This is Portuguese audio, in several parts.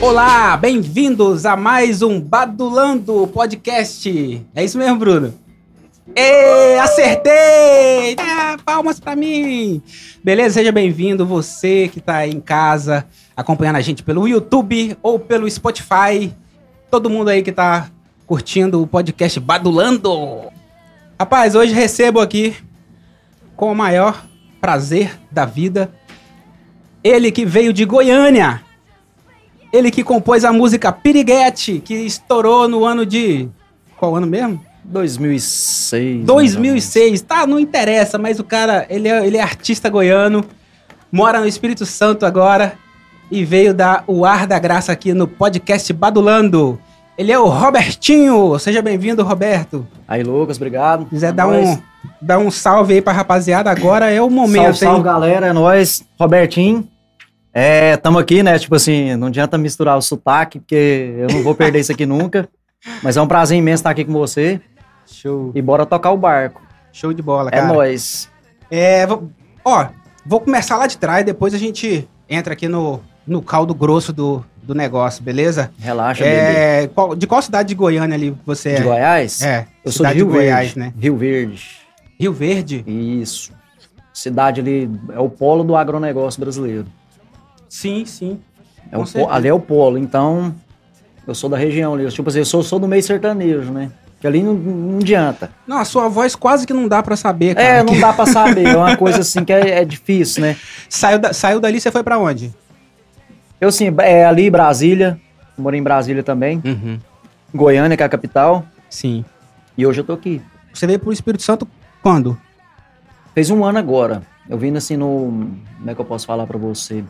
Olá, bem-vindos a mais um Badulando Podcast. É isso mesmo, Bruno? Ê, acertei! É, palmas pra mim! Beleza? Seja bem-vindo você que tá aí em casa acompanhando a gente pelo YouTube ou pelo Spotify. Todo mundo aí que tá curtindo o podcast Badulando. Rapaz, hoje recebo aqui com o maior prazer da vida ele que veio de Goiânia. Ele que compôs a música Piriguete, que estourou no ano de. Qual ano mesmo? 2006. 2006. Tá, não interessa, mas o cara, ele é, ele é artista goiano, mora no Espírito Santo agora e veio dar o ar da graça aqui no podcast Badulando. Ele é o Robertinho. Seja bem-vindo, Roberto. Aí, Lucas, obrigado. Quiser É dar nóis. um, dar um salve aí pra rapaziada, agora é o momento, Salve, salve, hein? galera, é nóis. Robertinho. É, tamo aqui, né? Tipo assim, não adianta misturar o sotaque, porque eu não vou perder isso aqui nunca. Mas é um prazer imenso estar aqui com você. Show, E bora tocar o barco. show de bola, É cara. nóis. É, vou- ó, vou começar lá de trás, depois a gente entra aqui no, no caldo grosso do, do negócio, beleza? Relaxa, bebê. É, qual- de qual cidade de Goiânia ali você é? De Goiás? É, Eu sou de cidade Rio de Goiás, Verde. né? Rio Verde. Rio Verde? Isso. Cidade ali, é o polo do agronegócio brasileiro. Sim, sim. É Com o po- certeza. ali é o polo, então eu sou da região ali. Eu, Tipo assim, eu sou, sou do meio sertanejo, né? Que ali não, não adianta. Não, a sua voz quase que não dá pra saber, cara. É, não dá pra saber. É uma coisa assim que é, é difícil, né? Saiu, da- saiu dali, você foi pra onde? Eu assim, é ali Brasília, moro em Brasília também, Uhum. Goiânia, que é a capital, Sim. e hoje eu tô aqui. Você veio pro Espírito Santo quando? Fez um ano agora. Eu vim assim no. Como é que eu posso falar pra você?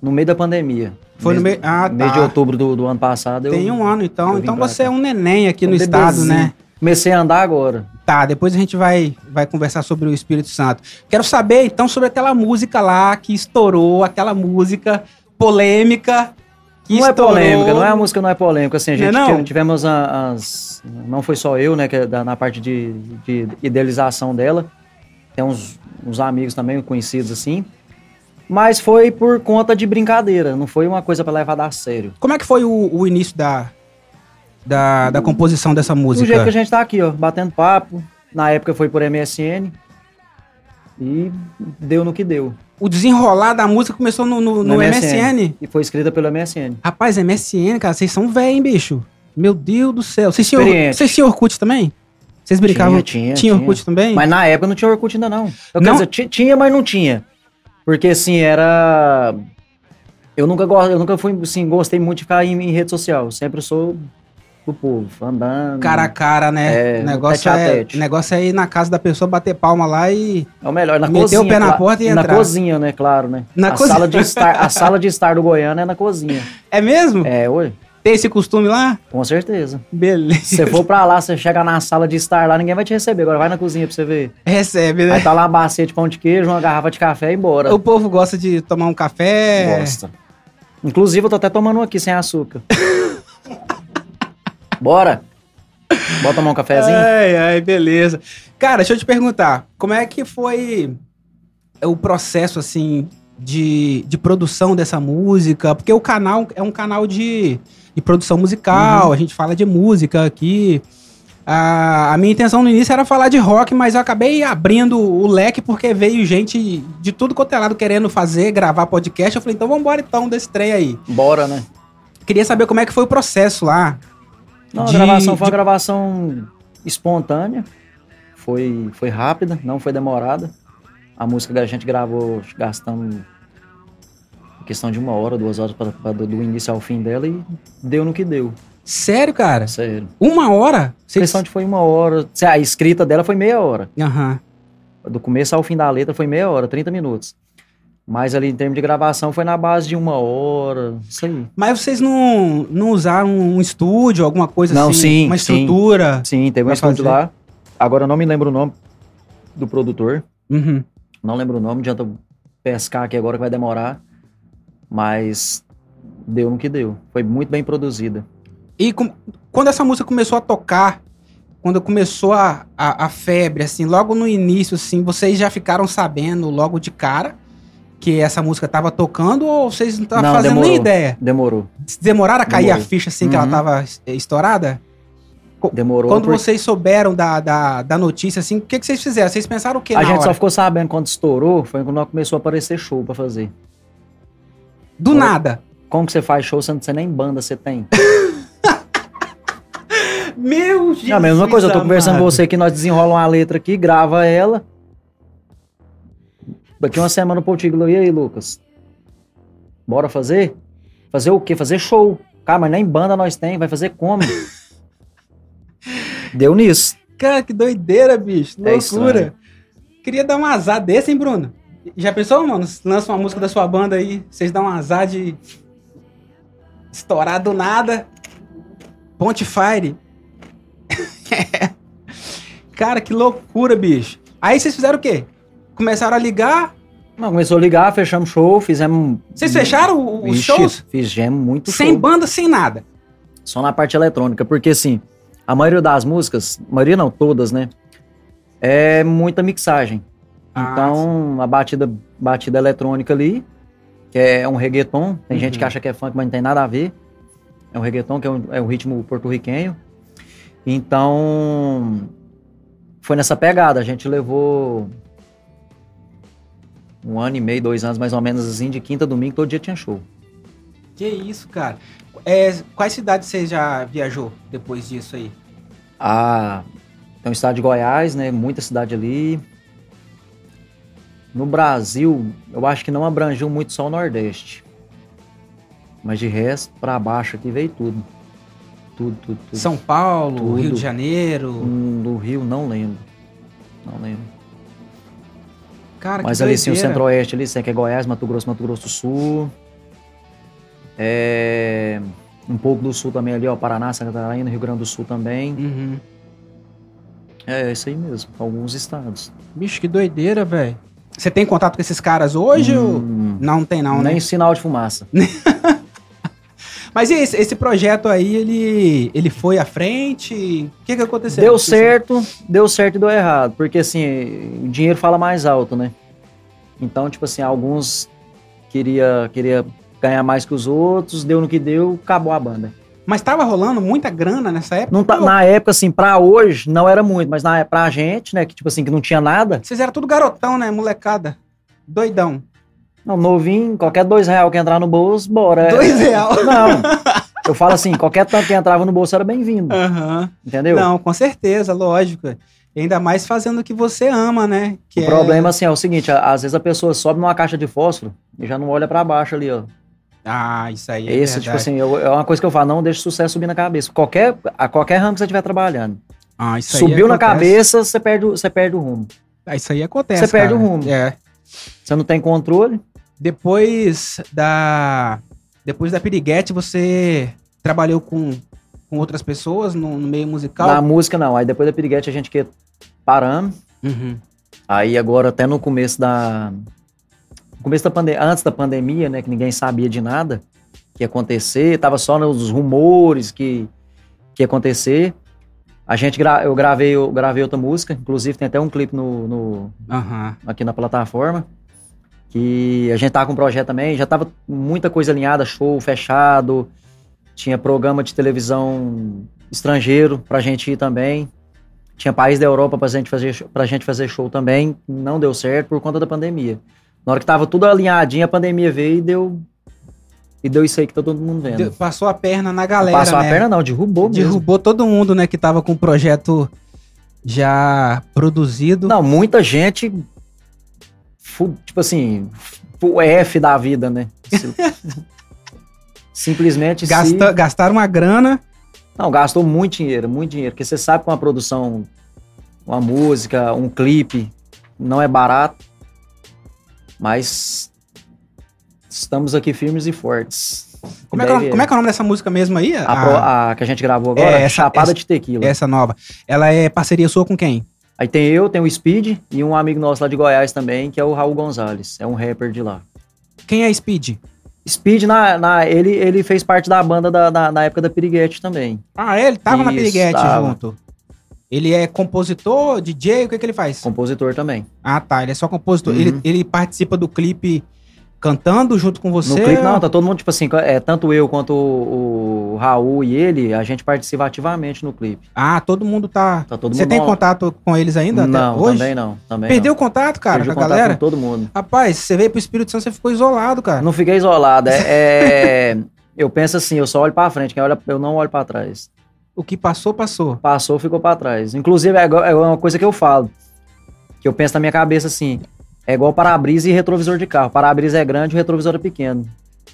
No meio da pandemia. Foi no meio- ah, Mês tá. de outubro do, do ano passado. eu- Tem um ano, eu então. vim Então pra você cá. é um neném aqui um no estado, bebezinho. né? Comecei a andar agora. Tá, depois a gente vai, vai conversar sobre o Espírito Santo. Quero saber, então, sobre aquela música lá que estourou, aquela música polêmica. Que não é estourou. polêmica, não é a música, não é polêmica. Assim, a Não é gente não? tive- tivemos a- as. Não foi só eu, né? Que é da- na parte de, de idealização dela. Tem uns, uns amigos também, conhecidos assim. Mas foi por conta de brincadeira, não foi uma coisa pra levar a sério. Como é que foi o, o início da, da, da composição dessa Do jeito que a música? gente tá aqui, ó, batendo papo. Na época foi por MSN. E deu no que deu. O desenrolar da música começou no, no, no No MSN. E foi escrita pelo MSN. Rapaz, MSN, cara, vocês são velho, hein, bicho? Meu Deus do céu. Vocês tinham, Experiente. vocês tinham Orkut também? Vocês brincavam? Tinha, tinha, Orkut também? Mas na época não tinha Orkut ainda, não. Eu, Não? Quer dizer, ti- tinha, mas não tinha. Porque, assim, era... Eu nunca, go... eu nunca fui, assim, gostei muito de ficar em, em rede social. Eu sempre sou do povo, andando. Cara a cara, né? É, o negócio, tete a é, tete. o negócio é ir na casa da pessoa, bater palma lá e É o melhor, na Meter cozinha. o pé na cla- porta e Na entrar. cozinha, né, claro, né? Na a, cozinha. Sala de estar, a sala de estar do Goiânia é na cozinha. É mesmo? É, oi? Tem esse costume lá? Com certeza. Se Beleza. você for pra lá, você chega na sala de estar lá, ninguém vai te receber. Agora vai na cozinha pra você ver. Recebe, né? Aí tá lá uma bacia de pão de queijo, uma garrafa de café e embora. O povo gosta de tomar um café. Gosta. É. Inclusive, eu tô até tomando um aqui sem açúcar. Bora! Bora tomar um cafezinho? Ai, ai, beleza. Cara, deixa eu te perguntar, como é que foi o processo, assim, de, de produção dessa música? Porque o canal é um canal de, de produção musical, a gente fala de música aqui. A, a minha intenção no início era falar de rock, mas eu acabei abrindo o leque porque veio gente de tudo quanto é lado querendo fazer, gravar podcast. Eu falei, então vambora então desse trem aí. Bora, né? Queria saber como é que foi o processo lá. Não, De- a gravação foi de- uma gravação espontânea. Foi, foi rápida, não foi demorada. A música que a gente gravou, acho que gastamos questão de uma hora, duas horas pra, pra- do, do início ao fim dela e deu no que deu. Sério, cara? Sério. Uma hora? A Vocês- questão de foi uma hora. A escrita dela foi meia hora. Aham. do começo ao fim da letra foi meia hora, 30 minutos. Mas ali em termos de gravação foi na base de uma hora, isso aí. Mas vocês não, não usaram um estúdio, alguma coisa Não, assim? sim, Uma sim. estrutura? Sim, teve um Pra estúdio fazer. lá. Agora eu não me lembro o nome do produtor. Uhum. Não lembro o nome, adianta eu pescar aqui agora que vai demorar. Mas deu no que deu. Foi muito bem produzida. E com- quando essa música começou a tocar, quando começou a, a, a febre, assim, logo no início, assim, vocês já ficaram sabendo logo de cara que essa música tava tocando ou vocês não estavam Não, fazendo nem demorou. ideia? Demorou. Demoraram a cair Demorou. a ficha assim que ela Uhum. tava eh, estourada? Demorou. Quando porque- vocês souberam da, da, da notícia, assim, o que, que vocês fizeram? Vocês pensaram o quê a na gente hora? só ficou sabendo quando estourou, foi quando nós começou a aparecer show pra fazer. Do nada. Como que você faz show sendo que você nem banda você tem? Meu Jesus É a mesma coisa, eu tô conversando amado. com você aqui, nós desenrolamos uma letra aqui, grava ela. Daqui uma semana o Poutiglo, e aí, Lucas? Bora fazer? Fazer o quê? Fazer show. Cara, mas nem banda nós tem, vai fazer como? Deu nisso. Cara, que doideira, bicho. É Loucura. estranho. Queria dar um azar desse, hein, Bruno? Já pensou, mano? Lança uma música da sua banda aí, vocês dão um azar de estourar do nada. Ponte Fire. Cara, que loucura, bicho. Aí vocês fizeram o quê? Começaram a ligar? Não, começou a ligar, fechamos show, fizemos. Vocês fecharam o- os Ixi, shows? Fizemos muito Sem show. banda, sem nada. Só na parte eletrônica, porque assim, a maioria das músicas, a maioria não, todas, né? É muita mixagem. Ah, Então, a batida, batida eletrônica ali, que é um reggaeton. Tem Uhum. gente que acha que é funk, mas não tem nada a ver. É um reggaeton, que é um, é um ritmo porto-riquenho. Então, foi nessa pegada. A gente levou um ano e meio, dois anos mais ou menos, assim, de quinta a domingo, todo dia tinha show. Que isso, cara. É, quais cidades você já viajou depois disso aí? Ah, tem o estado de Goiás, né? Muita cidade ali. No Brasil, eu acho que não abrangiu muito só o Nordeste. Mas de resto, pra baixo aqui veio tudo. Tudo, tudo, tudo. São Paulo, Tudo. Rio de Janeiro. Hum, No Rio, não lembro. Não lembro. Cara, Mas que ali sim, o doideira. Centro-Oeste ali, sei que é Goiás, Mato Grosso, Mato Grosso do Sul. É... Um pouco do Sul também ali, ó, Paraná, Santa Catarina, Rio Grande do Sul também. Uhum. É, é isso aí mesmo, alguns estados. Bicho, que doideira, velho. Você tem contato com esses caras hoje? ou- Hum. Não tem não, Nem né? sinal de fumaça. Mas e esse, esse projeto aí, ele, ele foi à frente? O que que aconteceu? Deu certo, deu certo e deu errado. Porque assim, o dinheiro fala mais alto, né? Então, tipo assim, alguns queria, queria ganhar mais que os outros, deu no que deu, acabou a banda. Mas tava rolando muita grana nessa época? Não tá, Pô, na época, assim, pra hoje não era muito, mas na, pra gente, né, que tipo assim, que não tinha nada, Vocês eram tudo garotão, né, molecada? Doidão. não, novinho, qualquer dois real que entrar no bolso, bora. Dois real. Não. Eu falo assim, qualquer tanto que entrava no bolso era bem-vindo, Aham. entendeu? Não, com certeza, lógico. Ainda mais fazendo o que você ama, né? Que o é- problema, assim, é o seguinte, a- às vezes a pessoa sobe numa caixa de fósforo e já não olha pra baixo ali, ó. Ah, isso aí. É isso, verdade. tipo assim, eu- é uma coisa que eu falo, não deixa o sucesso subir na cabeça. Qualquer, a qualquer ramo que você estiver trabalhando. Ah, isso aí Subiu na acontece. cabeça, você perde, o- você perde o rumo. Ah, Isso aí acontece. Você perde cara. o rumo. É. Você não tem controle. Depois da. Depois da Piriguete, você trabalhou com, com outras pessoas no, no meio Na musical? música, não. Aí depois da Piriguete a gente que paramos. Uhum. Aí agora, até no começo da. No começo da pandemia, antes da pandemia, né? Que ninguém sabia de nada que ia acontecer. Tava só nos rumores que, que ia acontecer. A gente, gra- eu gravei, eu gravei outra música, inclusive tem até um clipe no- no, Aham. aqui na plataforma. Que a gente tava com um projeto também, já tava muita coisa alinhada, show fechado, tinha programa de televisão estrangeiro pra gente ir também. Tinha país da Europa pra gente fazer, sho- pra gente fazer show também, não deu certo por conta da pandemia. Na hora que tava tudo alinhadinho, a pandemia veio e deu e deu isso aí que tá todo mundo vendo. Deu- Passou a perna na Não galera. Passou né? a perna não, derrubou mesmo. Derrubou todo mundo, né? Que tava com o projeto já produzido. Não, muita gente fu- tipo assim, fu- o F da vida, né? Se- Simplesmente se- Gasta- Gastaram uma grana. Não, gastou muito dinheiro, muito dinheiro, porque você sabe que uma produção, uma música, um clipe não é barato, mas estamos aqui firmes e fortes. Como é, que, é o- Deve- como é que é o nome dessa música mesmo aí? a, pro- a que a gente gravou agora, É, essa- Chapada essa- de Tequila. Essa nova. Ela é parceria sua com quem? Aí tem eu, tem o Speed e um amigo nosso lá de Goiás também, que é o Raul Gonzalez, é um rapper de lá. Quem é Speed? Speed, na, na- ele, ele fez parte da banda da, da- na época da Piriguete também. Ah, ele tava na Isso, Piriguete tava. junto. Ele é compositor, DJ, o que, que ele faz? Compositor também. Ah, tá. Ele é só compositor. Uhum. Ele, ele participa do clipe cantando junto com No você? clipe, não, tá todo mundo, tipo assim, é, tanto eu quanto o, o Raul e ele, a gente participa ativamente no clipe. Ah, todo mundo tá. Tá todo Você mundo tem on- contato com eles ainda até Não, hoje? também não. Também Perdeu não. o contato, cara, Perdi da o contato galera? Tá. com todo mundo. Rapaz, você veio pro Espírito Santo, você ficou isolado, cara. Não fiquei isolado. É, é- eu penso assim, eu só olho pra frente, quem olha, eu não olho pra trás. O que passou, passou. Passou, ficou pra trás. Inclusive, é, igual- é uma coisa que eu falo, que eu penso na minha cabeça assim, é igual para-brisa e retrovisor de carro. Para-brisa é grande, o retrovisor é pequeno.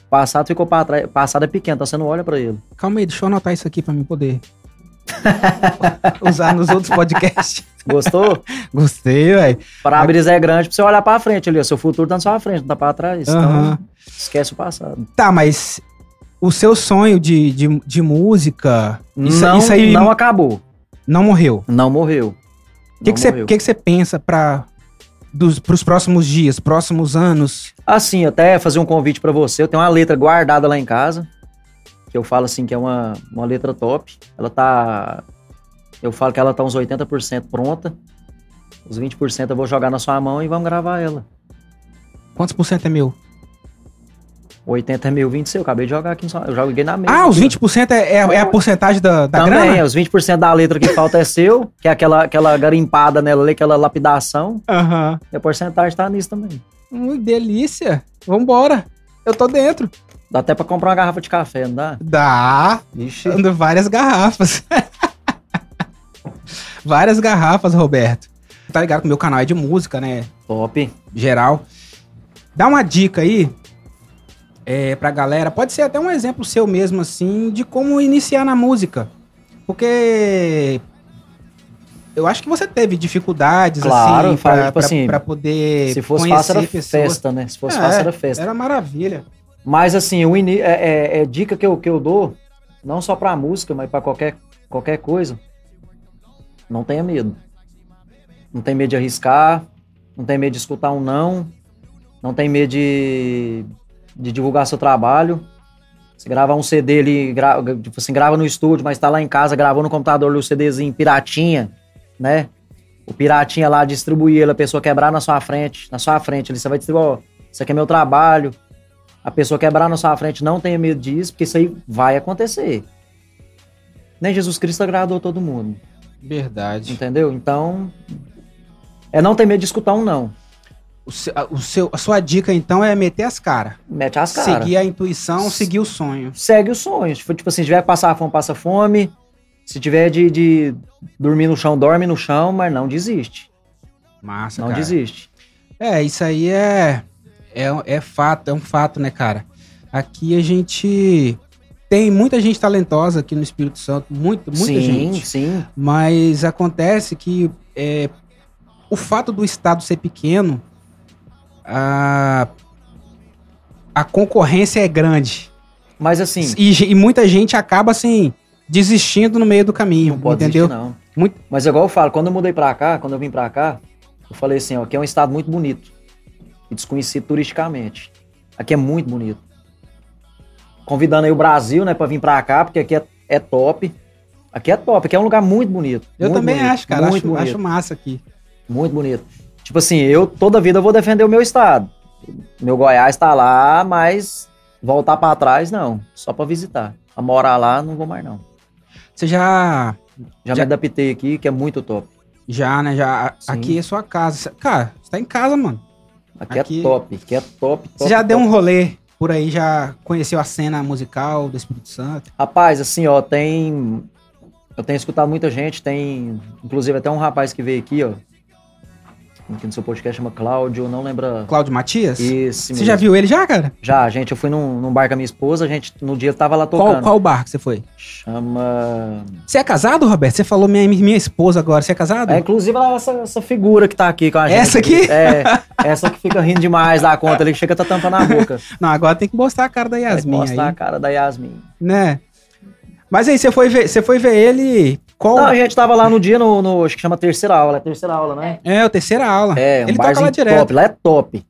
Passado ficou pra trás, passado é pequeno, então você não olha pra ele. Calma aí, deixa eu anotar isso aqui pra mim poder usar nos outros podcasts. Gostou? Gostei, velho. Para-brisa é grande pra você olhar pra frente ali, ó. Seu futuro tá na sua frente, não tá pra trás. Aham. Então, esquece o passado. Tá, mas o seu sonho de, de, de música, isso, não, isso aí não não, acabou. morreu. Não morreu. O que Não que você morreu. que que você pensa para dos pros próximos dias, próximos anos? Assim, até fazer um convite pra você. Eu tenho uma letra guardada lá em casa, que eu falo assim que é uma, uma letra top. Ela tá. Eu falo que ela tá uns 80% pronta. Os 20% eu vou jogar na sua mão e vamos gravar ela. Quantos por cento é meu? 80 é meu, 20 seu. Eu acabei de jogar aqui. em sua- Eu joguei na mesa. Ah, os aqui, ó. 20% é, é, é a porcentagem da, da Também, grana? os 20% da letra que falta é seu, que é aquela, aquela garimpada nela ali, aquela lapidação. Aham. E a porcentagem tá nisso também. Hum, delícia. Vambora. Eu tô dentro. Dá até pra comprar uma garrafa de café, não dá? Dá. Ixi. Ando várias garrafas. várias garrafas, Roberto. Tá ligado que o meu canal é de música, né? Top. Geral. Dá uma dica aí é, pra galera. Pode ser até um exemplo seu mesmo, assim, de como iniciar na música. Porque eu acho que você teve dificuldades, Claro, assim, eu falo, pra, tipo pra- assim, pra poder Se fosse conhecer fácil, era pessoas. festa, né? Se fosse É, fácil, era festa. Era maravilha. Mas assim, o ini- é, é- é dica que eu, que eu dou, não só pra música, mas pra qualquer, qualquer coisa. Não tenha medo. Não tem medo de arriscar, não tem medo de escutar um não, não tem medo de, de divulgar seu trabalho. Se gravar um CD ali, gra- tipo assim, grava no estúdio, mas tá lá em casa, gravou no computador ali o CDzinho piratinha, né? O piratinha lá distribuir ele, a pessoa quebrar na sua frente, na sua frente ali, você vai distribuir, ó, isso aqui é meu trabalho, a pessoa quebrar na sua frente, não tenha medo disso, porque isso aí vai acontecer. Nem Jesus Cristo agradou todo mundo, Verdade. entendeu? Então, é não ter medo de escutar um não. O seu, a- o seu- a sua dica, então, é meter as caras. Mete as caras. Seguir a intuição, S- seguir o sonho. Segue os sonhos. Tipo tipo assim, se tiver que passar fome, passa fome. Se tiver de, de dormir no chão, dorme no chão, mas não desiste. Massa, Não cara. desiste. É, isso aí é, é, é fato, é um fato, né, cara? Aqui a gente tem muita gente talentosa aqui no Espírito Santo, muito, muita sim, gente. sim. Mas acontece que é, o fato do estado ser pequeno, a, a concorrência é grande. Mas assim, E, ge- e muita gente acaba, assim, desistindo no meio do caminho, não pode entendeu? desistir, não. Muito- Mas é igual eu falo, quando eu mudei pra cá, quando eu vim pra cá, eu falei assim, ó, aqui é um estado muito bonito. E desconhecido turisticamente. Aqui é muito bonito. Convidando aí o Brasil, né, pra vir pra cá, porque aqui é, é top. Aqui é top, aqui é um lugar muito bonito. Eu muito também bonito, acho, cara. Muito Acho, um- bonito. acho massa aqui. Muito bonito. Tipo assim, eu toda vida eu vou defender o meu estado. Meu Goiás tá lá, mas voltar pra trás não, só pra visitar. A morar lá não vou mais não. Você já Já- Já, me adaptei aqui, que é muito top. Já, né? Já. A- Sim. Aqui é sua casa. Cê- Cara, você tá em casa, mano. Aqui, Aqui- é top, aqui é top, top. Você já top. deu um rolê por aí, já conheceu a cena musical do Espírito Santo. Rapaz, assim, ó, tem. Eu tenho escutado muita gente, tem. Inclusive até um rapaz que veio aqui, ó. Aqui no seu podcast chama Cláudio, não lembra. Cláudio Matias? Esse Você já mesmo. viu ele já, cara? Já, gente, eu fui num, num bar com a minha esposa, a gente, no dia eu tava lá Qual, tocando. qual bar que você foi? Chama. Você é casado, Roberto? Você falou minha, minha esposa agora. Você é casado? É, inclusive ela- essa, essa figura que tá aqui com a gente. Essa aqui? É, essa que fica rindo demais da conta ali, que chega tá tampando a boca. Não, agora tem que mostrar a cara da Vai Yasmin aí, Mostrar a cara da Yasmin. né? Mas aí, você foi ver, você foi ver ele... Qual... Não, a gente tava lá no dia, no, no- acho que chama terceira aula, é terceira aula, né? É, o terceira aula. É, um ele toca barzinho lá direto. top, lá é top.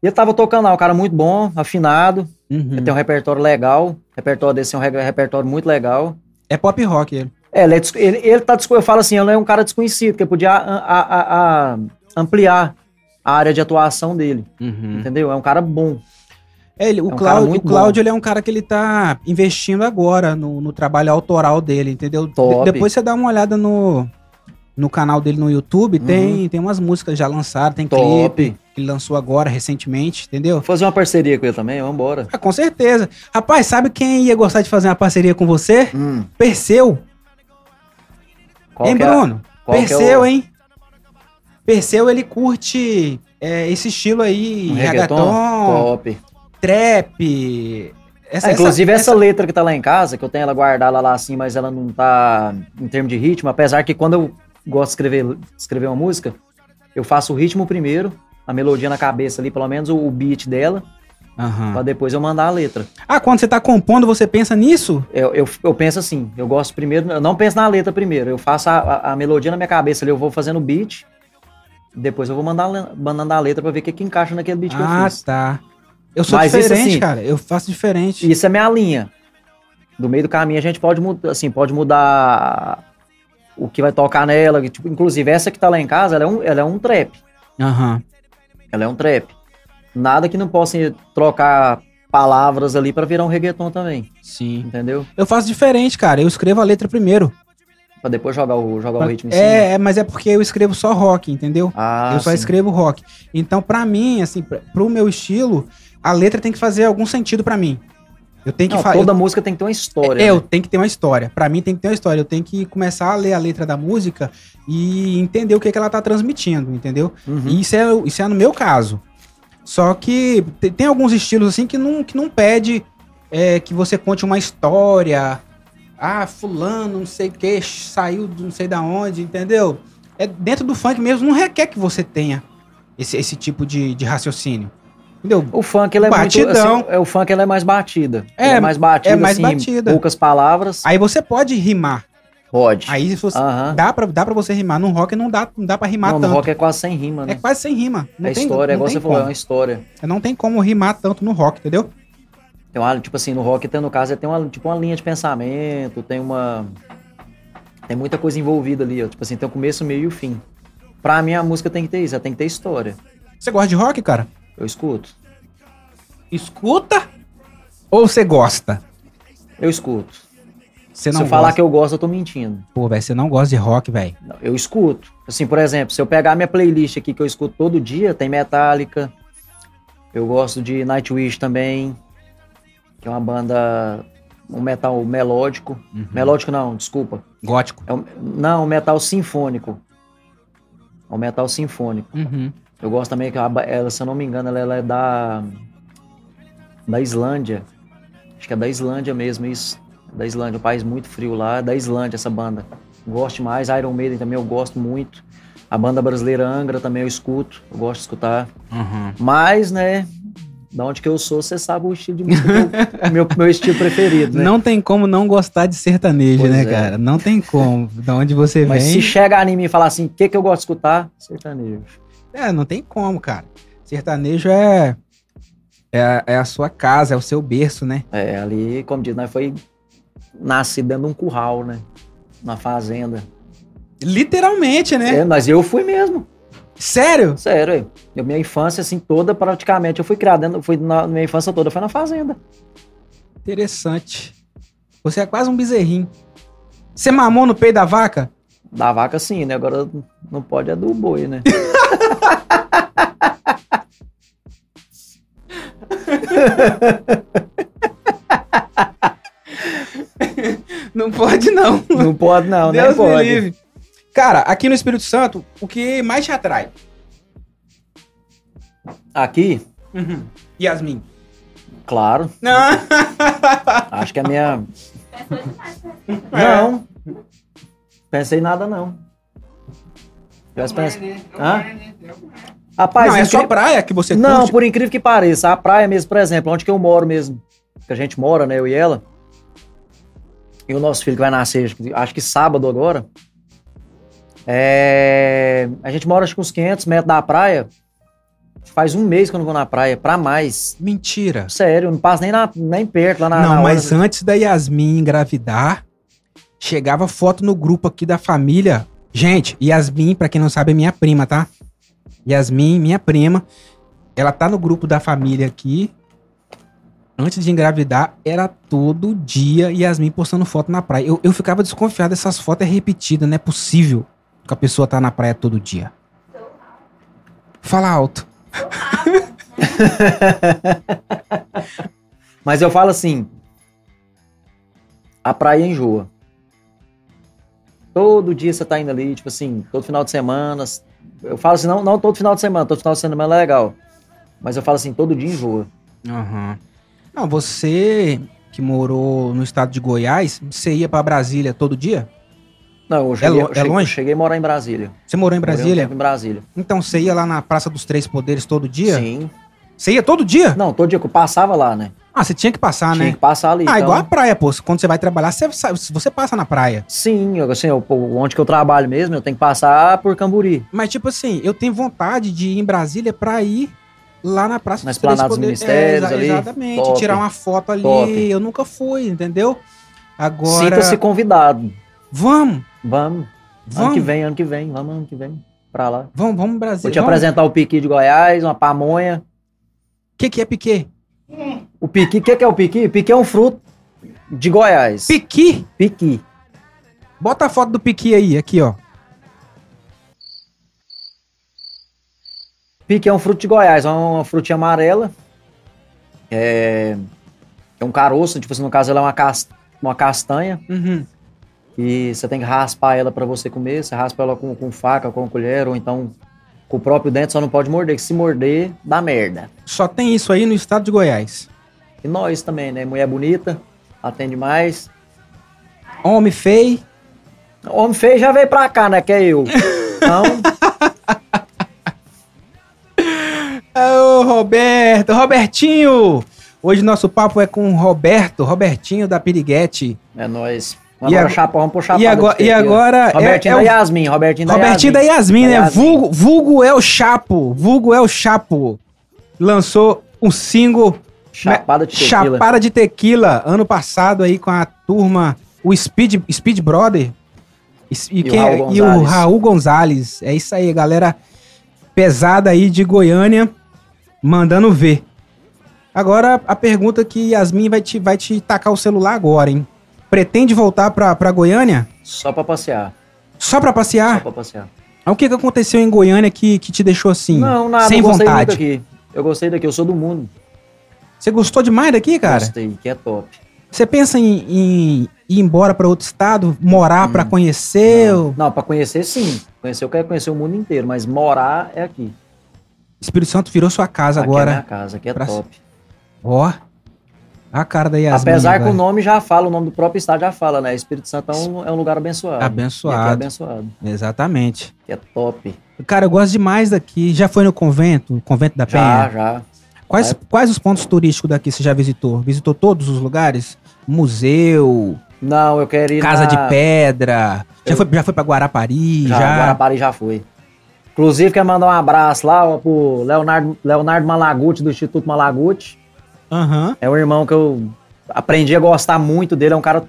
E eu tava tocando lá, um cara muito bom, afinado, Uhum. ele tem um repertório legal, o repertório desse é um re- repertório muito legal. É pop rock ele. É, ele, é des- ele, ele tá, desco- eu falo assim, ele é um cara desconhecido, que podia a- Uhum. Hum. a- a- a- ampliar a área de atuação dele, entendeu? É um cara bom. É, ele- o, É um cara Cláudio, muito o Cláudio, ele é um cara que ele tá investindo agora no, no trabalho autoral dele, entendeu? De- Top. depois você dá uma olhada no, no canal dele no YouTube, Uhum. tem, tem umas músicas já lançadas, tem clipe Top. que ele lançou agora, recentemente, entendeu? Vou fazer uma parceria com ele também, vambora. Ah, com certeza. Rapaz, sabe quem ia gostar de fazer uma parceria com você? Hum, Perseu, qual hein, que é- Bruno? qual que é Perseu, o- hein? Perseu, ele curte é, esse estilo aí, um reggaeton? reggaeton, Top. trap. Essa, Ah, inclusive, essa, letra que tá lá em casa, que eu tenho ela guardada lá assim, mas ela não tá em termos de ritmo, apesar que quando eu gosto de escrever, escrever uma música, eu faço o ritmo primeiro, a melodia na cabeça ali, pelo menos o, o beat dela, Aham. pra depois eu mandar a letra. Ah, quando você tá compondo, você pensa nisso? Eu, eu, eu penso assim, eu gosto primeiro, eu não penso na letra primeiro, eu faço a, a- a melodia na minha cabeça ali, eu vou fazendo o beat, depois eu vou mandar, a le- mandando a letra pra ver o que, que encaixa naquele beat É que eu Ah, fiz. tá. Eu sou Mas isso diferente, assim- cara. Eu faço diferente. Isso é minha linha. Do meio do caminho a gente pode mudar, assim, pode mudar o que vai tocar nela. que, Tipo, inclusive, essa que tá lá em casa, ela é, um, ela é um trap. Aham. Ela é um trap. Nada que não possa trocar palavras ali pra virar um reggaeton também, Sim. entendeu? Eu faço diferente, cara. Eu escrevo a letra primeiro. Pra depois jogar o, jogar o ritmo em cima. É, é, mas é porque eu escrevo só rock, entendeu? Ah, eu só sim. escrevo rock. Então, pra mim, assim, pra, pro meu estilo, a letra tem que fazer algum sentido pra mim. Eu tenho que Não, fa- toda música tem que ter uma história. É, né? eu tenho que ter uma história. Pra mim tem que ter uma história. Eu tenho que começar a ler a letra da música e entender o que, que ela tá transmitindo, entendeu? Uhum. E Isso é, isso é no meu caso. Só que te- tem alguns estilos assim que não, que não pede é, que você conte uma história. Ah, fulano, não sei o que, saiu de não sei da onde, entendeu? É, dentro do funk mesmo não requer que você tenha esse, esse tipo de, de raciocínio. Entendeu? O funk ele é Batidão. muito. assim, é, o funk ele é mais batida. É, Ele é mais batida, é mais assim, batida. poucas palavras. Aí você pode rimar. Pode. Aí se você, Aham. dá, pra, dá pra você rimar. No rock não dá, não dá pra rimar Ah. Não, no tanto. rock é quase sem rima, né? É quase sem rima. Não é tem- história, é não igual tem você falou, é como. uma história. Não tem como rimar tanto no rock, entendeu? Tem uma, tipo assim, no rock, tem, no caso, tem uma, tipo, uma linha de pensamento, tem uma. Tem muita coisa envolvida ali, ó. Tipo assim, tem o começo, o meio e o fim. Pra mim, a música tem que ter isso, ela tem que ter história. Você gosta de rock, cara? Eu escuto. escuta ou você gosta? Eu escuto. Você Se não eu gosta. falar que eu gosto, eu tô mentindo. Pô, velho, você não gosta de rock, velho. Não, eu escuto. Assim, por exemplo, se eu pegar minha playlist aqui que eu escuto todo dia, tem Metallica. Eu gosto de Nightwish também, que é uma banda. um metal melódico. Uhum. Melódico não, desculpa. Gótico. É um, não, um metal sinfônico. É um metal sinfônico. Eu gosto também que a ba- ela, se eu não me engano, ela, ela é da da Islândia. Acho que é da Islândia mesmo isso. Da Islândia, um país muito frio lá, é da Islândia essa banda. Gosto demais, Iron Maiden também eu gosto muito. A banda brasileira Angra também eu escuto, eu gosto de escutar. Mas, né, da onde que eu sou, você sabe o estilo de música, que eu- meu, meu estilo preferido, né? Não tem como não gostar de sertanejo, Pois né, é. cara? Não tem como. Da onde você Mas vem. se chegar em mim e falar assim, o que, que eu gosto de escutar? Sertanejo. É, não tem como, cara. Sertanejo é. É, a- é a sua casa, é o seu berço, né? É, ali, como diz, nós foi nascido dentro de um curral, né? Na fazenda. Literalmente, né? É, mas eu fui mesmo. Sério? Sério, eu- eu, minha infância, assim, toda, praticamente, eu fui criado dentro, fui na minha infância toda, foi na fazenda. Interessante. Você é quase um bezerrinho. Você mamou no peito da vaca? Da vaca, sim, né? Agora não pode é do boi, né? Não pode, não. Não pode, não, né? Deus me Pode. livre. Cara, aqui no Espírito Santo, o que mais te atrai? Aqui, Yasmin. claro, Não. acho que a minha. É. Não. Pensei em nada, não. Eu penso... Hã? Rapaz, Não, é só incri- praia que você Não, curte? por incrível que pareça, a praia mesmo, por exemplo, onde que eu moro mesmo, que a gente mora, né, eu e ela, e o nosso filho que vai nascer, acho que- acho que sábado agora, é, a gente mora acho que uns 500 metros da praia, faz um mês que eu não vou na praia, pra mais, Mentira. sério, eu não passo nem, na- nem perto lá na, não, na mas hora. né? antes da Yasmin engravidar, chegava foto no grupo aqui da família. Gente, Yasmin, pra quem não sabe, é minha prima, tá? Yasmin, minha prima. Ela tá no grupo da família aqui. antes de engravidar, era todo dia Yasmin postando foto na praia. Eu, eu ficava desconfiado, essas fotos é repetida, não é possível que a pessoa tá na praia todo dia. Fala alto. Mas eu falo assim: a praia enjoa. Todo dia você tá indo ali, tipo assim, todo final de semana. Eu falo assim, não, não todo final de semana, todo final de semana é legal. Mas eu falo assim, todo dia enjoa. Aham. Não, você que morou no estado de Goiás, você ia pra Brasília todo dia? Não, eu cheguei, lo- eu é cheguei- longe? eu cheguei a morar em Brasília. Você morou em Morei um Brasília? tempo em Brasília. Então você ia lá na Praça dos Três Poderes todo dia? Sim. Você ia todo dia? Não, todo dia que eu passava lá, né? Ah, você tinha que passar, Tinha né? que passar ali. Ah, então- igual a praia, pô. Quando você vai trabalhar, você, sa- você passa na praia. Sim, eu- assim, eu, pô, onde que eu trabalho mesmo, eu tenho que passar por Camburi. Mas, tipo assim, eu tenho vontade de ir em Brasília pra ir lá na Praça Na Esplanada dos Poderes. É, Ministérios exa- ali. Exatamente, Top. tirar uma foto ali. Top. Eu nunca fui, entendeu? Agora, Sinta-se convidado. vamos, Vamos. Ano que vamos, vem, ano que vem, vamos ano que vem pra lá. vamos, vamos, Brasília. Vou te vamos. apresentar o piqui de Goiás, uma pamonha. O que, que é piqui? O piqui, o que, que é o piqui? Piqui é um fruto de Goiás. Piqui? Piqui. Bota a foto do piqui aí, aqui, ó. Piqui é um fruto de Goiás, é uma frutinha amarela. É, é um caroço, tipo assim, no caso ela é uma, cas- uma castanha. Uhum. E você tem que raspar ela pra você comer. Você raspa ela com, com faca, com colher, ou então com o próprio dente, só não pode morder, que se morder, dá merda. Só tem isso aí no estado de Goiás. E nós também, né? Mulher bonita, atende mais. Homem feio. Homem feio já veio pra cá, né? Que é eu. Então, Ô, Roberto, Robertinho! Hoje nosso papo é com o Roberto, Robertinho da Piriguete. é nós. E Vamos agora ag- chapar, vamos pro chapado e agora, do e Piqui, ó. agora Robertinho é, da é Yasmin, o Robertinho da Robertinho da Yasmin, Da né? Yasmin. Vulgo, vulgo é o Chapo, vulgo é o Chapo. Lançou um single Chapada de tequila. Chapada de Tequila ano passado aí com a turma, o Speed, Speed Brother e, s- e E o quem- é? Raul e o Gonzalez. Raul Gonzalez. É isso aí, galera pesada aí de Goiânia, mandando ver. Agora, a pergunta que Yasmin vai te, vai te tacar o celular agora, hein? Pretende voltar pra, pra Goiânia? Só pra passear. Só pra Só passear? pra passear. Ah, O que, que aconteceu em Goiânia que, que te deixou assim? Não, nada, sem eu gostei vontade. muito daqui. Eu gostei daqui, eu sou do mundo. Você gostou demais daqui, cara? Gostei, que é top. Você pensa em, em ir embora pra outro estado, morar pra conhecer? Hum, Não, o não, pra conhecer sim. Conhecer eu quero conhecer o mundo inteiro, mas morar é aqui. Espírito Santo virou sua casa aqui é minha agora. casa, aqui é pra- top. Ó, a cara da Yasmin. Apesar que o agora. nome já fala, o nome do próprio estado já fala, né? Espírito Santo é um, é um lugar abençoado. E aqui é Abençoado. abençoado. Exatamente. Que é top. Cara, eu gosto demais daqui. Já foi no convento, o convento da Já, Penha? já. Quais, quais os pontos turísticos daqui você já visitou? Visitou todos os lugares? Museu, Não, eu quero ir Casa na... de Pedra. Já Eu- foi, já foi pra Guarapari? Já, Já. Guarapari já foi. Inclusive, quero mandar um abraço lá ó, pro Leonardo, Leonardo Malaguti, do Instituto Malaguti. Aham. É um irmão que eu aprendi a gostar muito dele, é um cara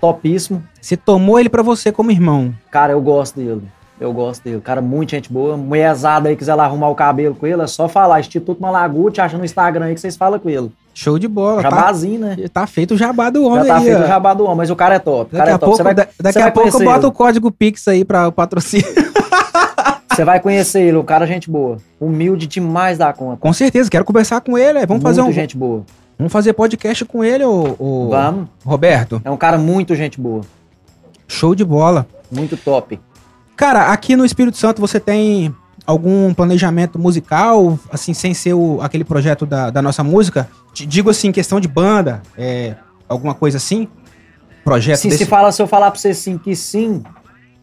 topíssimo. Você tomou ele pra você como irmão. Cara, eu gosto dele. Eu gosto dele. Cara, muita gente boa. Mulherzada aí, quiser lá arrumar o cabelo com ele, é só falar. Instituto Malaguti, acha no Instagram aí que vocês falam com ele. Show de bola. Tá, Jabazinho, né? tá feito o jabá do homem Já tá aí, feito ó. o jabá do homem, mas o cara é top. Daqui O cara é a top. pouco, Você vai, da- daqui você a vai pouco eu conhecer boto ele. o código Pix aí pra o patrocínio. você vai conhecer ele. O cara é gente boa. Humilde demais da conta. Com certeza, quero conversar com ele. é. Vamos fazer um. Muito gente boa. Vamos fazer podcast com ele, ô, ô- Vamos. Roberto. É um cara muito gente boa. Show de bola. Muito top. Cara, aqui no Espírito Santo você tem algum planejamento musical, assim, sem ser o- aquele projeto da, da nossa música? Te digo assim, questão de banda, é, alguma coisa assim? Projeto Sim, desse. se, fala, se eu falar pra você sim que sim,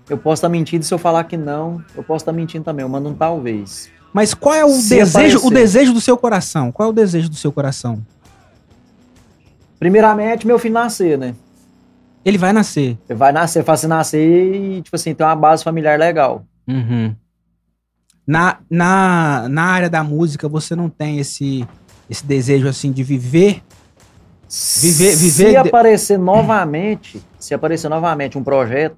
eu posso estar mentindo. Se eu falar que não, eu posso estar mentindo também. Eu mando um talvez. Mas qual é o Se desejo, o aparecer. desejo do seu coração? Qual é o desejo do seu coração? Primeiramente, meu filho nascer, né? Ele vai nascer. Ele vai nascer, faz se nascer e, tipo assim, ter uma base familiar legal. Uhum. Na, na, na área da música, você não tem esse, esse desejo assim de viver? Viver- se viver de- aparecer novamente, se aparecer novamente um projeto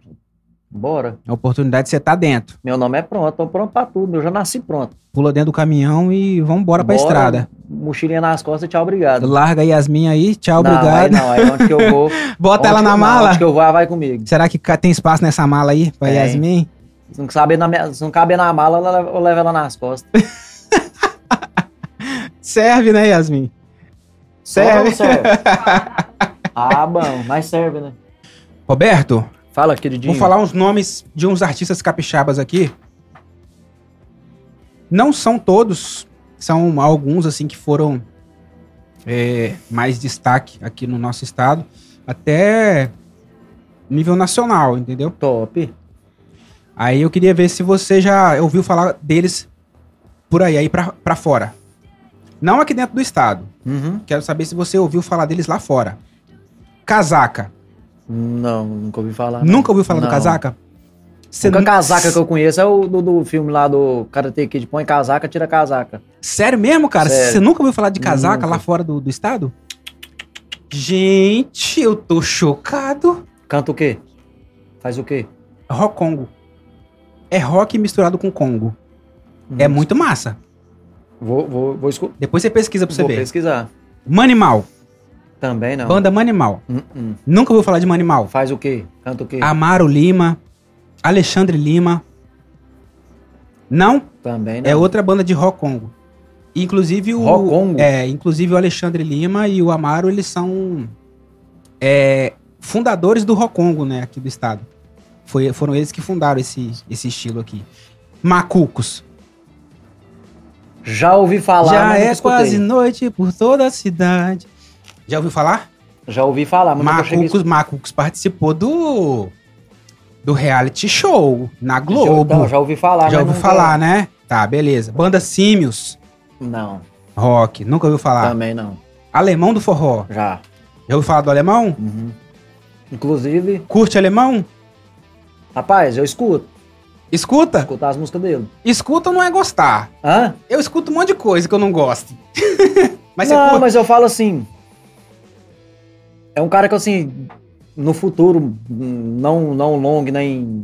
Bora. A oportunidade você tá dentro. Meu nome é pronto, tô pronto pra tudo. Eu já nasci pronto. Pula dentro do caminhão e vambora pra Bora, estrada. Mochilinha nas costas, tchau, obrigado. Larga a Yasmin aí, tchau, não, obrigado. Aí não, aí onde que eu vou. Bota ela onde na que- mala. Onde que eu vou, ela vai comigo. Será que ca- tem espaço nessa mala aí pra Tem. Yasmin? Se não, saber na minha- se não caber na mala, ela leva- eu levo ela nas costas. Serve, né, Yasmin? Serve. Não serve. ah, bom, mas serve, né? Roberto, Fala, queridinho. vou falar uns nomes de uns artistas capixabas aqui. Não são todos, são alguns assim que foram é, mais destaque aqui no nosso estado, até nível nacional, entendeu? Top. Aí eu queria ver se você já ouviu falar deles por aí, aí pra, pra fora. Não aqui dentro do estado. Uhum. Quero saber se você ouviu falar deles lá fora. Casaca. Não, nunca ouvi falar. não. Nunca ouviu falar do Não. Casaca? A Você única casaca que eu conheço é o do, do filme lá do Karate Kid. Põe casaca, tira casaca. Sério mesmo, cara? Sério. Você nunca ouviu falar de Casaca Nunca. lá fora do, do estado? Gente, eu tô chocado. Canta o quê? Faz o quê? Rock Congo. É rock misturado com Congo. É Hum, muito massa. Vou, vou, vou, escu... Depois você pesquisa pra você vou ver. pesquisar. Manimal. Também não. Banda Manimal. Hum, hum. Nunca ouviu falar de Manimal? Faz o quê? Canta o quê? Amaro Lima, Alexandre Lima. Não, Também não. é outra banda de rock congo. Inclusive o Rock Congo? é, inclusive o Alexandre Lima e o Amaro eles são é, fundadores do rock congo, né, aqui do estado. Foi, foram eles que fundaram esse, esse estilo aqui. Macucos. Já ouvi falar, Já Tá mas nunca é escutei. quase noite por toda a cidade. Já ouviu falar? Já ouvi falar, mas nunca cheguei a Macucos, Macucos participou do do reality show na escutar. Globo. Já, não, já ouvi falar, Já mas ouviu nunca- falar, né? Tá, beleza. Banda Símios, Não, rock, nunca ouviu falar. também não. Alemão do forró, Já. já ouviu falar do alemão? Uhum. Inclusive, Curte alemão? rapaz, eu escuto. Escuta? Escutar as músicas dele. Escuta não é gostar. Hã? Eu escuto um monte de coisa que eu não gosto. mas você não, curte? mas eu falo assim. É um cara que, assim, no futuro, hum, não, não longe nem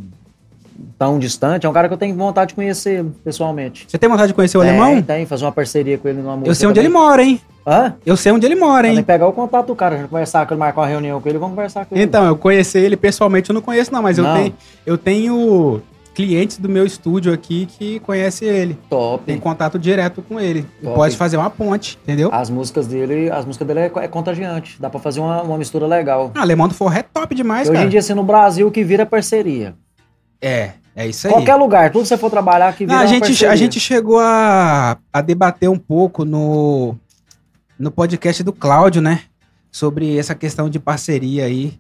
tão distante, é um cara que eu tenho vontade de conhecer pessoalmente. Você tem vontade de conhecer o Tem, alemão? Tem, fazer uma parceria com ele numa música. Eu sei onde ele É, também. mora, hein? Hã? Eu sei onde ele mora, Tem que hein? pegar o contato do cara, a gente conversar com ele, marcar uma reunião com ele, vamos conversar com ele. Então, eu conheci ele pessoalmente, eu não conheço não, mas eu Não. tenho eu tenho clientes do meu estúdio aqui que conhecem ele. Top. Tem contato direto com ele. Top. Pode fazer uma ponte, entendeu? As músicas dele, as músicas dele é, co- é contagiante. Dá pra fazer uma, uma mistura legal. Ah, alemão do forró é top demais, Porque hoje cara. em dia, assim, no Brasil, o que vira é parceria. É, é isso aí. Qualquer lugar, tudo que você for trabalhar, que Não, vira a, uma gente, parceria. a gente chegou a, a debater um pouco no, no podcast do Cláudio, né? Sobre essa questão de parceria aí,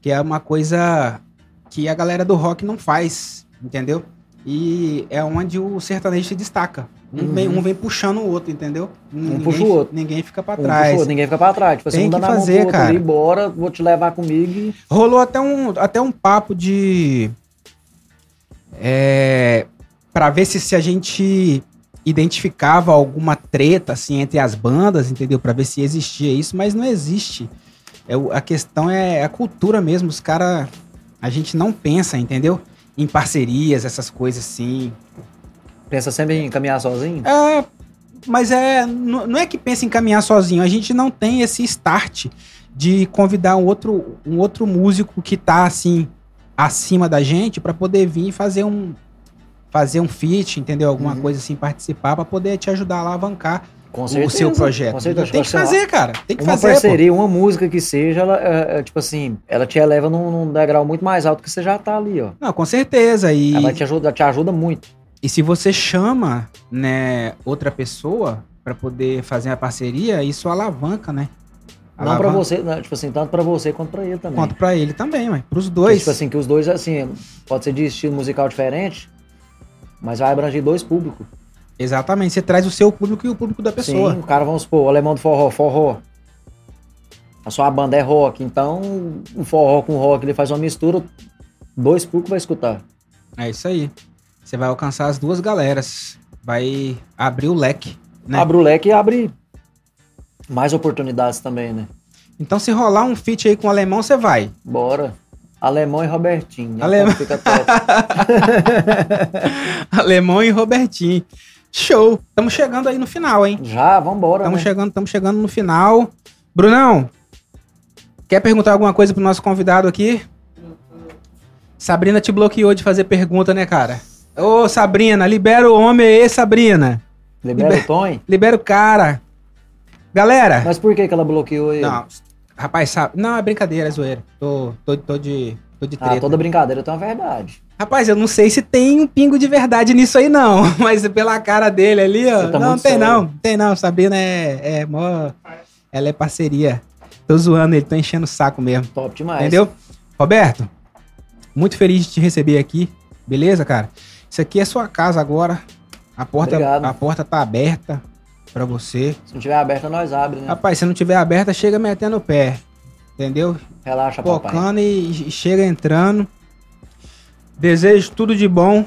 que é uma coisa que a galera do rock não faz, entendeu? E é onde o sertanejo se destaca. Um, Uhum. vem, um vem puxando o outro, entendeu? Um puxa o outro. Ninguém fica pra Um trás. puxou, ninguém fica pra trás. Tipo, assim, Tem um que dá na mão pro fazer, outro cara. Ali, bora, vou te levar comigo. e- Rolou até um, até um papo de. É, para ver se, se a gente identificava alguma treta assim entre as bandas, entendeu? Pra ver se existia isso, mas não existe. É, o- a questão é a cultura mesmo. Os caras. A gente não pensa, entendeu? Em parcerias, essas coisas assim. Pensa sempre em caminhar sozinho. É, mas é, não não é que pensa em caminhar sozinho, a gente não tem esse start de convidar um outro, um outro músico que tá assim acima da gente pra poder vir e fazer um fazer um feat, entendeu? Alguma Uhum. coisa assim, participar pra poder te ajudar a alavancar Com o certeza, seu projeto. Com certeza, tem que Tipo assim, fazer, cara. Tem que Uma fazer. pô. parceria, uma música que seja, ela, é, é, tipo assim, ela te eleva num, num degrau muito mais alto que você já tá ali, ó. Não, com certeza. E Ela te ajuda, te ajuda muito. E se você chama, né, outra pessoa pra poder fazer a parceria, isso alavanca, né? Não pra Alavanca. você, né, tipo assim, tanto pra você quanto pra ele também. Quanto pra ele também, ué. Pros Porque, dois. Tipo assim, que os dois, assim, pode ser de estilo musical diferente, mas vai abranger dois públicos. Exatamente. Você traz o seu público e o público da pessoa. Sim, o cara, vamos supor, o alemão do forró, forró. A sua banda é rock, então um forró com rock, ele faz uma mistura, dois públicos vai escutar. É isso aí. Você vai alcançar as duas galeras. Vai abrir o leque, né? Abre o leque e abre mais oportunidades também, né? Então, se rolar um feat aí com o alemão, você vai. Bora. Alemão e Robertinho. né? Alemão. Então Fica top. Alemão e Robertinho. Show! Estamos chegando aí no final, hein? Já, vambora, Estamos né? chegando, estamos chegando no final. Brunão, quer perguntar alguma coisa pro nosso convidado aqui? Sabrina te bloqueou de fazer pergunta, né, cara? Ô, Sabrina, libera o homem aí, Sabrina. Libera o Tonho. Libera o cara. Galera. Mas por que, que ela bloqueou ele? Não, rapaz, sabe. Não, é brincadeira, é zoeira. Tô, tô, tô de. Tô de treta. ah, toda brincadeira tem uma verdade. Rapaz, eu não sei se tem um pingo de verdade nisso aí, não. Mas pela cara dele ali, ó. Você tá não, muito tem sério. não. Tem não. Sabrina é, é mó. Ela é parceria. Tô zoando ele, tô enchendo o saco mesmo. Top demais. Entendeu? Roberto, muito feliz de te receber aqui. Beleza, cara? Isso aqui é sua casa agora. A porta, Obrigado. a porta tá aberta pra você. Se não tiver aberta, nós abre, né? Rapaz, se não tiver aberta, chega metendo o pé. Entendeu? Relaxa, papai. Focando e e chega entrando. Desejo tudo de bom.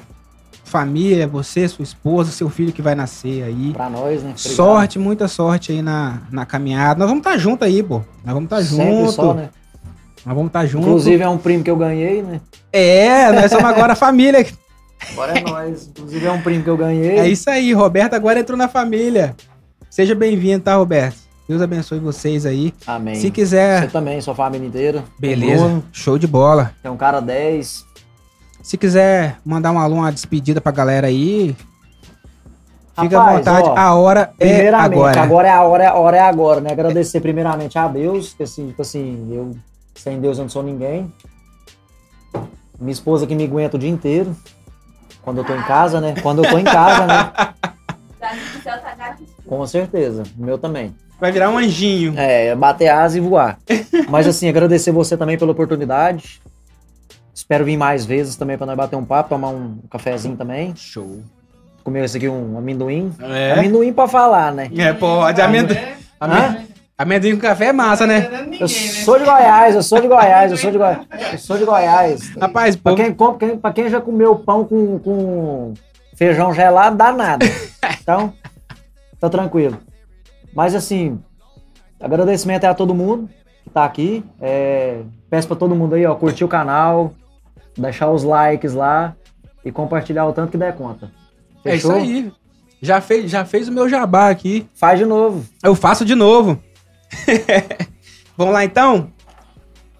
Família, você, sua esposa, seu filho que vai nascer aí. Pra nós, né? Obrigado. Sorte, muita sorte aí na, na caminhada. Nós vamos estar junto aí, pô. Nós vamos estar tá Sempre junto. só, né? Nós vamos estar junto. Inclusive, é um primo que eu ganhei, né? É, nós somos agora a família. Agora é nós. Inclusive, é um primo que eu ganhei. É isso aí, Roberto agora entrou na família. Seja bem-vindo, tá, Roberto? Deus abençoe vocês aí. Amém. Se quiser, Você também, sua família inteira. um, beleza. Show de bola. Tem um cara 10. Se quiser mandar um aluno uma despedida pra galera aí, Fica à Rapaz, vontade, ó, a hora é Primeiramente, agora. agora. é a hora, a hora é agora, né? Agradecer primeiramente a Deus, que assim, tipo assim, eu sem Deus eu não sou ninguém. Minha esposa que me aguenta o dia inteiro. Quando eu tô em casa, né? Quando eu tô em casa, né? Davi do céu tá garantido. Com certeza. O meu também. Vai virar um anjinho. É, bater asa e voar. Mas assim, agradecer você também pela oportunidade. Espero vir mais vezes também pra nós bater um papo, tomar um cafezinho também. Show. Comer esse aqui um amendoim. É? Amendoim pra falar, né? É, pode. Amendoim, Hã? amendoim com café é massa, né? Eu sou de Goiás, eu sou de Goiás, eu sou de Goiás. Eu sou de Goiás. Rapaz, Pra pô, quem, com- quem- pra quem já comeu pão com, com feijão gelado, dá nada. Então, tá tranquilo. Mas assim, agradecimento é a todo mundo que tá aqui. É, peço pra todo mundo aí, ó, curtir o canal, deixar os likes lá e compartilhar o tanto que der conta. é isso Fechou? aí. Já fez, já fez o meu jabá aqui. Faz de novo. Eu faço de novo. Vamos lá, então?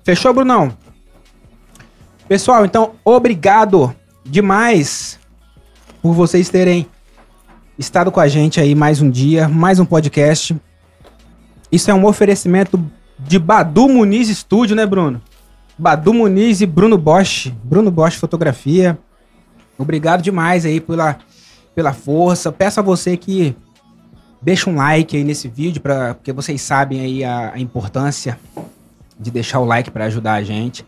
Fechou, Brunão? Pessoal, então, obrigado demais por vocês terem estado com a gente aí mais um dia, mais um podcast. Isso é um oferecimento de Badu Muniz Estúdio, né, Bruno? Badu Muniz e Bruno Bosch. Bruno Bosch Fotografia. Obrigado demais aí pela, pela força. Peço a você que deixa um like aí nesse vídeo, pra, porque vocês sabem aí a, a importância de deixar o like para ajudar a gente.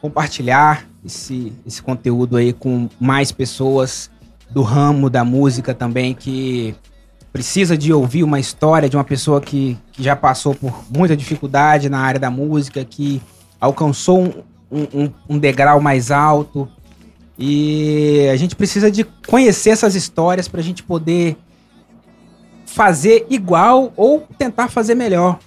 Compartilhar esse, esse conteúdo aí com mais pessoas do ramo da música também que precisa de ouvir uma história de uma pessoa que, que já passou por muita dificuldade na área da música, que alcançou um- um- um- um degrau mais alto. E a gente precisa de conhecer essas histórias para a gente poder fazer igual ou tentar fazer melhor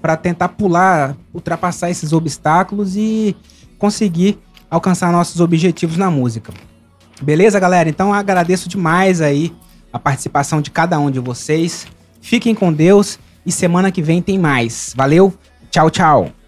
para tentar pular, ultrapassar esses obstáculos e conseguir alcançar nossos objetivos na música. Beleza, galera? Então agradeço demais aí a participação de cada um de vocês. Fiquem com Deus e semana que vem tem mais. Valeu. Tchau, tchau.